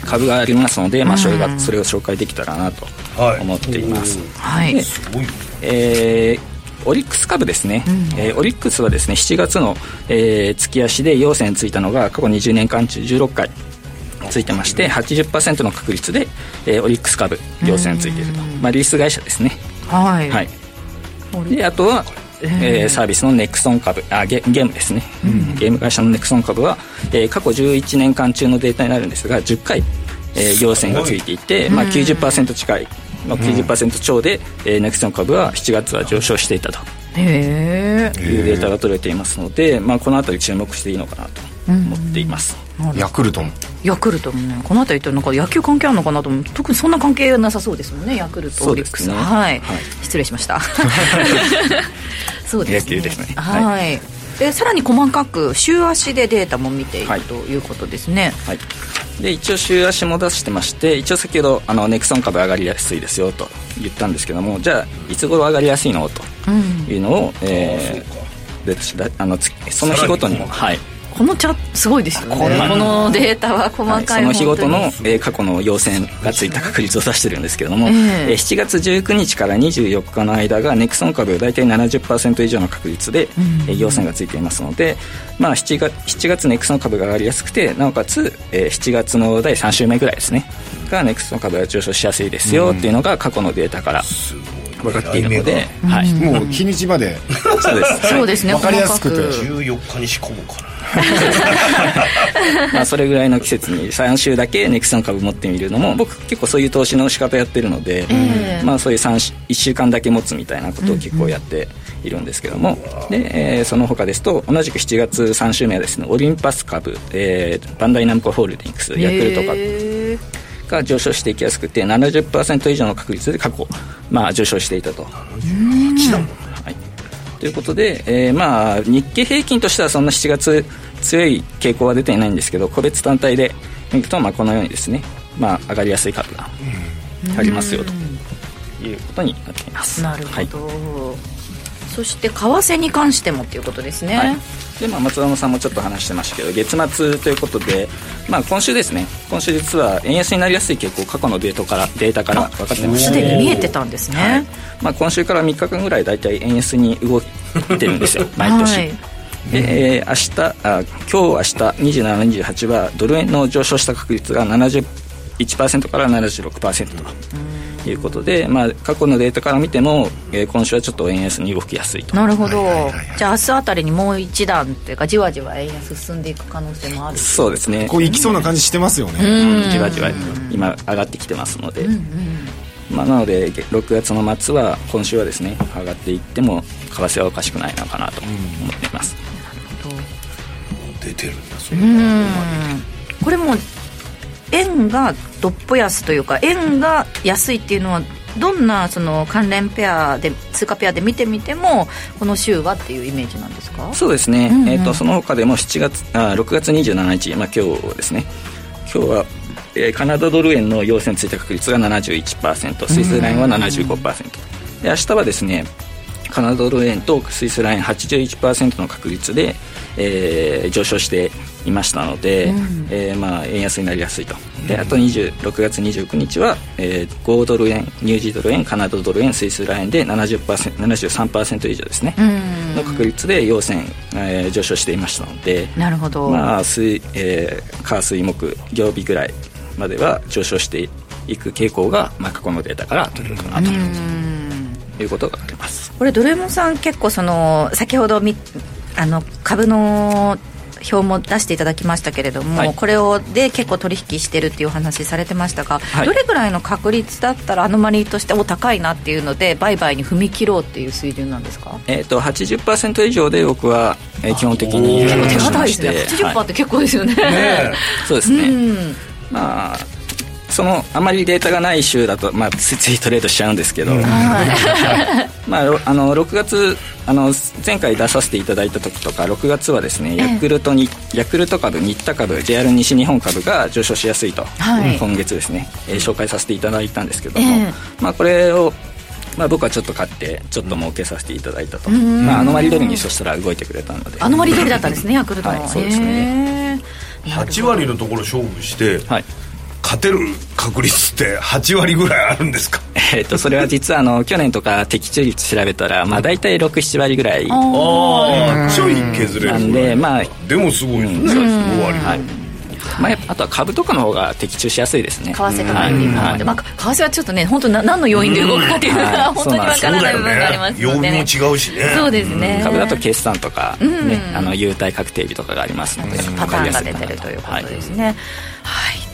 株がありますので、まあ、それがそれを紹介できたらなと思っています。はい、えーオリックス株ですね、うん、えー、オリックスはですね7月の、えー、月足で陽線ついたのが過去20年間中16回ついてまして80%の確率で、えー、オリックス株陽線ついていると、まあ、リース会社ですね
はい、
はい、であとは、えー、サービスのネクソン株あゲゲームですね、うん、ゲーム会社のネクソン株は、えー、過去11年間中のデータになるんですが10回、えー、陽線がついていてまあ、90%近いの90%超で、うん、えー、ネクソン株は7月は上昇していたというデータが取れていますので、まあ、この辺り注目していいのかなと思っています、
うんうん、ヤクルトも
ヤクルトもねこの辺りとなんか野球関係あるのかなと思う特にそんな関係なさそうですもんねヤクルト、オリックス、ね、はい、はい、失礼しました [laughs] そうです
ね野球ですね
はい、はいでさらに細かく週足でデータも見ている、はい、ということですね、
はい、で一応週足も出してまして一応先ほどあのネクソン株上がりやすいですよと言ったんですけどもじゃあいつ頃上がりやすいのというのを、うん、えー、あのその日ごとにはい、
このチャすごいですよね、はい、このデータは細かい、はい
その日ごとの、えー、過去の陽線がついた確率を指してるんですけども、えー、えー、7月19日から24日の間がネクソン株大体70%以上の確率で、うえー、陽線がついていますので、まあ、7, 月7月ネクソン株が上がりやすくてなおかつ、えー、7月の第3週目ぐらいですねがネクソン株が上昇しやすいですよっていうのが過去のデータから。分かっているので、
はい、もう日にちまで
[laughs] そうです、
そうですね
分かりやすくて
14日に仕込むかな
[laughs] まあそれぐらいの季節に3週だけネクソン株持ってみるのも僕結構そういう投資の仕方やってるので、えー、まあそういう1週間だけ持つみたいなことを結構やっているんですけども、うんうん、で、えー、その他ですと同じく7月3週目はですねオリンパス株、えー、バンダイナムコホールディングスヤクルト株、えーが上昇していきやすくて70%以上の確率で過去、まあ、上昇していたと。はい、ということで、えー、まあ日経平均としてはそんな7月強い傾向は出ていないんですけど個別単体で見ると、まあ、このようにですね、まあ、上がりやすい株がありますよということになっています。
なるほど、はい、そして為替に関してもということですね、はい
でまあ、松山さんもちょっと話してましたけど月末ということで、まあ、今週ですね今週実は円安になりやすい傾向過去のデータからデータから分かってまし
す
て
でに見えてたんですね、はい、
まあ、今週から3日間ぐらい大体円安に動いてるん [laughs] ですよ毎年、はい、で、えー、明日あ今日明日27、28はドル円の上昇した確率が71%から76%と。いうことで、まあ、過去のデータから見ても、えー、今週はちょっと円安に動きやすいと
なるほど、じゃあ明日あたりにもう一段というかじわじわ円安進んでいく可能性もある
そうですね
こういきそうな感じしてますよね、
うん、じわじわ今上がってきてますので、うんうん、まあ、なので6月の末は今週はですね上がっていっても為替はおかしくないのかなと思っています、
うん、なるほど出てるんだそれは
これも円がどっぽ安というか円が安いっていうのはどんなその関連ペアで通貨ペアで見てみてもこの週はっていうイメージなんですか
そうですね、うんうん、えーと、とその他でも7月あ6月27日、まあ、今日ですね今日は、えー、カナダドル円の要線ついた確率が71%スイスラインは75%、うんうん、で明日はですねカナダドル円とスイスライン81%の確率で、えー、上昇していましたので、うん、えー、まあ、円安になりやすいとであと26月29日は、えー、5ドル円ニュージードル円カナダドル円スイスラインで73%以上ですね、うん、の確率で要線、えー、上昇していましたので
なるほど、
まあ水えー、火水木曜日ぐらいまでは上昇していく傾向が、まあ、過去のデータから取れるかなと思います。うんいうことがあります
これドルエモンさん結構その先ほどみあの株の表も出していただきましたけれども、はい、これをで結構取引してるっていうお話されてましたが、はい、どれぐらいの確率だったらアノマリーとしてお高いなっていうので売買に踏み切ろうっていう水準なんですか、
えーと、と80%以上で僕は、えー、基本的に
結構手堅いですね80%って結構ですよね,はい
ね、 [laughs] そうですね、うん、まあそのあまりデータがない週だと、まあ、ついついトレードしちゃうんですけど、うん、 [laughs] まあ、あの6月あの前回出させていただいた時とか6月はですねヤクルトに、ええ、ヤクルト株新田株 JR 西日本株が上昇しやすいと、はい、今月ですね、えー、紹介させていただいたんですけども、え、まあ、これをまあ、僕はちょっと買ってちょっと儲けさせていただいたと、まあ、アノマリドルにそしたら動いてくれたので
アノマリドルだったんですねヤクルトは、
はい、そうですね
8割のところ勝負して、はい
勝てる確率って8割ぐらいあるんですか、
[laughs] えー、とそれは実はあの去年とか的中率調べたら、まあ、大体67割ぐらい
ああちょい削れる
なんで、まあ、
でもすごいですね、5割
はいまあ、やっぱあとは株とかの方が的中しやすいですね
為替とかっていうのもあって、まあ、為替はちょっとね本当な何の要因で動くかっていうのは本当にわからない部分があります
曜
の
日も
で、
違うしね
そうですね
株だと決算とか、ね
うん
あの優待確定日とかがありますので
パターンが出
わか
てる
りやす
というこ
かな
とですね。はい、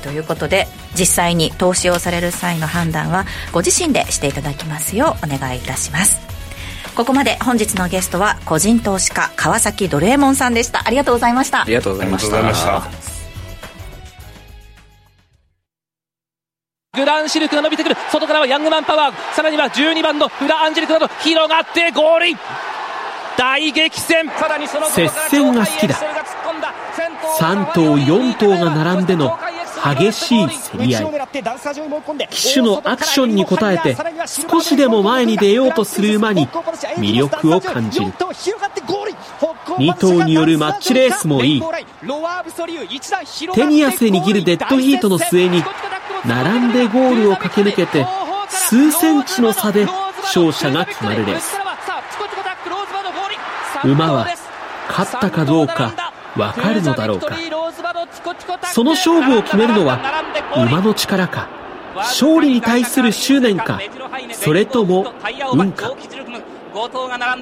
ということで実際に投資をされる際の判断はご自身でしていただきますようお願いいたします。ここまで本日のゲストは個人投資家川崎ドレーモンさんでした。ありがとうございました。
ありがとうございまし
ありがとうご
た
ざいました
グランシルクが伸びてくる外からはヤングマンパワーさらには12番のフラアンジェリクなど広がってゴールイン大激戦さらにその
接戦が好きだ3頭4頭が並んでの激しい競り合い騎手のアクションに応えて少しでも前に出ようとする馬に魅力を感じる2頭によるマッチレースもいい手に汗握るデッドヒートの末に並んでゴールを駆け抜けて数センチの差で勝者が決まるレース馬は勝ったかどうか分かるのだろうかその勝負を決めるのは馬の力か勝利に対する執念かそれとも運か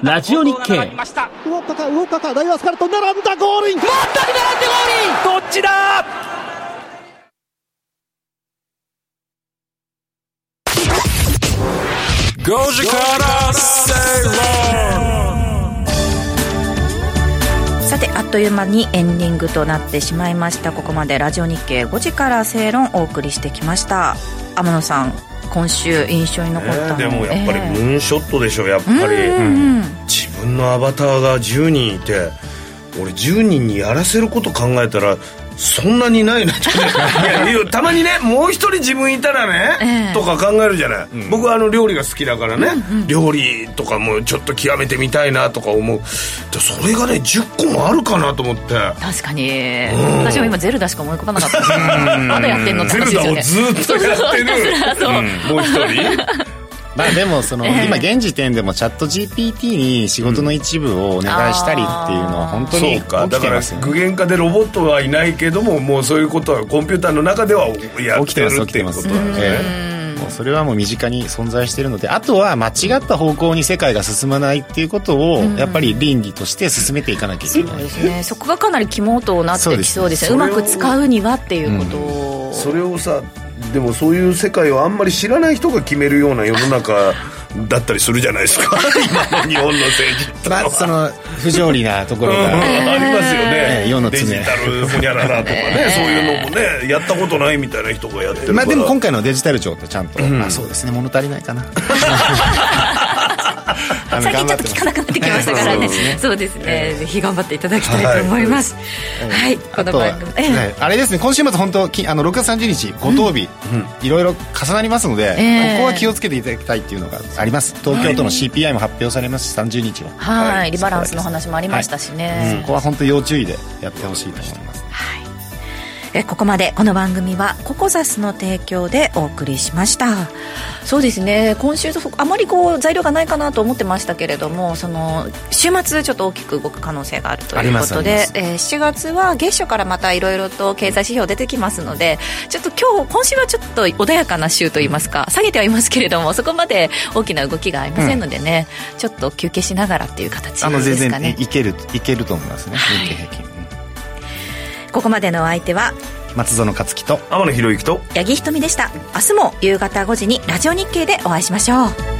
ラジオ日経
動ったか動ったかダイワスカルト並んだゴールイン全く並んでゴールインどっちだ
5時から正論
さてあっという間にエンディングとなってしまいましたここまでラジオ日経5時から正論をお送りしてきました天野さん今週印象に残ったの、
でもやっぱり
え
ムーンショットでしょやっぱり、
えうんうん
自分のアバターが10人いて俺10人にやらせること考えたらそんなにないなといやいやたまにねもう一人自分いたらね、
ええ
とか考えるじゃない、僕はあの料理が好きだからね、料理とかもちょっと極めてみたいなとか思うでそれがね10個もあるかなと思って
確かに
ん
私も今ゼルダしか思い浮かばなかったです
うん
まだやってんのって話ですよ
ゼル
ね
ダをずっとやってる
そうそうひたすらそう
もう一人
まあでもその、
ええ
今現時点でもチャット GPT に仕事の一部をお願いしたりっていうのは本当に
そうか
起
だか
きて
ら
ますよね
具現化でロボットはいないけどももうそういうことはコンピューターの中ではや
起
っ
き
てる
てます
っ
起き
てい
て
う
ま
こ
す
とだよね
ええもうそれはもう身近に存在してるのであとは間違った方向に世界が進まないっていうことを
うん
やっぱり倫理として進めていかなきゃいけない、
ねそこがかなり肝となってきそうですね
そううです
まく使うにはっていうことを、
それをさでもそういう世界をあんまり知らない人が決めるような世の中だったりするじゃないですか [laughs] 今の日本の政治ってのは
まあその不条理なところが、
うんありますよね
ええ世の常
デジタルほにゃららとかね、そういうのもねやったことないみたいな人がやってるから
まあでも今回のデジタル庁ってちゃんと、
うん
あそうですね物足りないかなあの
[laughs] 最近ちょ
頑張
っと聞かなくなってきましたからねそうですねぜひ頑張っていただきたいと思いますはいこ
あ
の
とは、
番組ええ
はいあれですね今週末本当きあの6月30日五島日、いろいろ重なりますので、
ええ
ここは気をつけていただきたいっていうのがあります東京都の CPI も発表されますし30日は
はい、リバランスの話もありましたし
うん
ね
そ、こは本当要注意でやってほしいと思います
えここまでこの番組はココザスの提供でお送りしましたそうですね今週あまりこう材料がないかなと思ってましたけれどもその週末ちょっと大きく動く可能性があるというこ
あ
と
りま
です
あ
えー7月は月初からまたいろいろと経済指標出てきますのでちょっと今日今週はちょっと穏やかな週といいますか下げてはいますけれどもそこまで大きな動きがありませんのでね、ちょっと休憩しながらっていう形で
あ
すかね
の全然いいけるいけると思いますね日経平均、
ここまでのお相手は
松園克樹と
天野博之と
八木ひとみでした明日も夕方5時にラジオ日経でお会いしましょう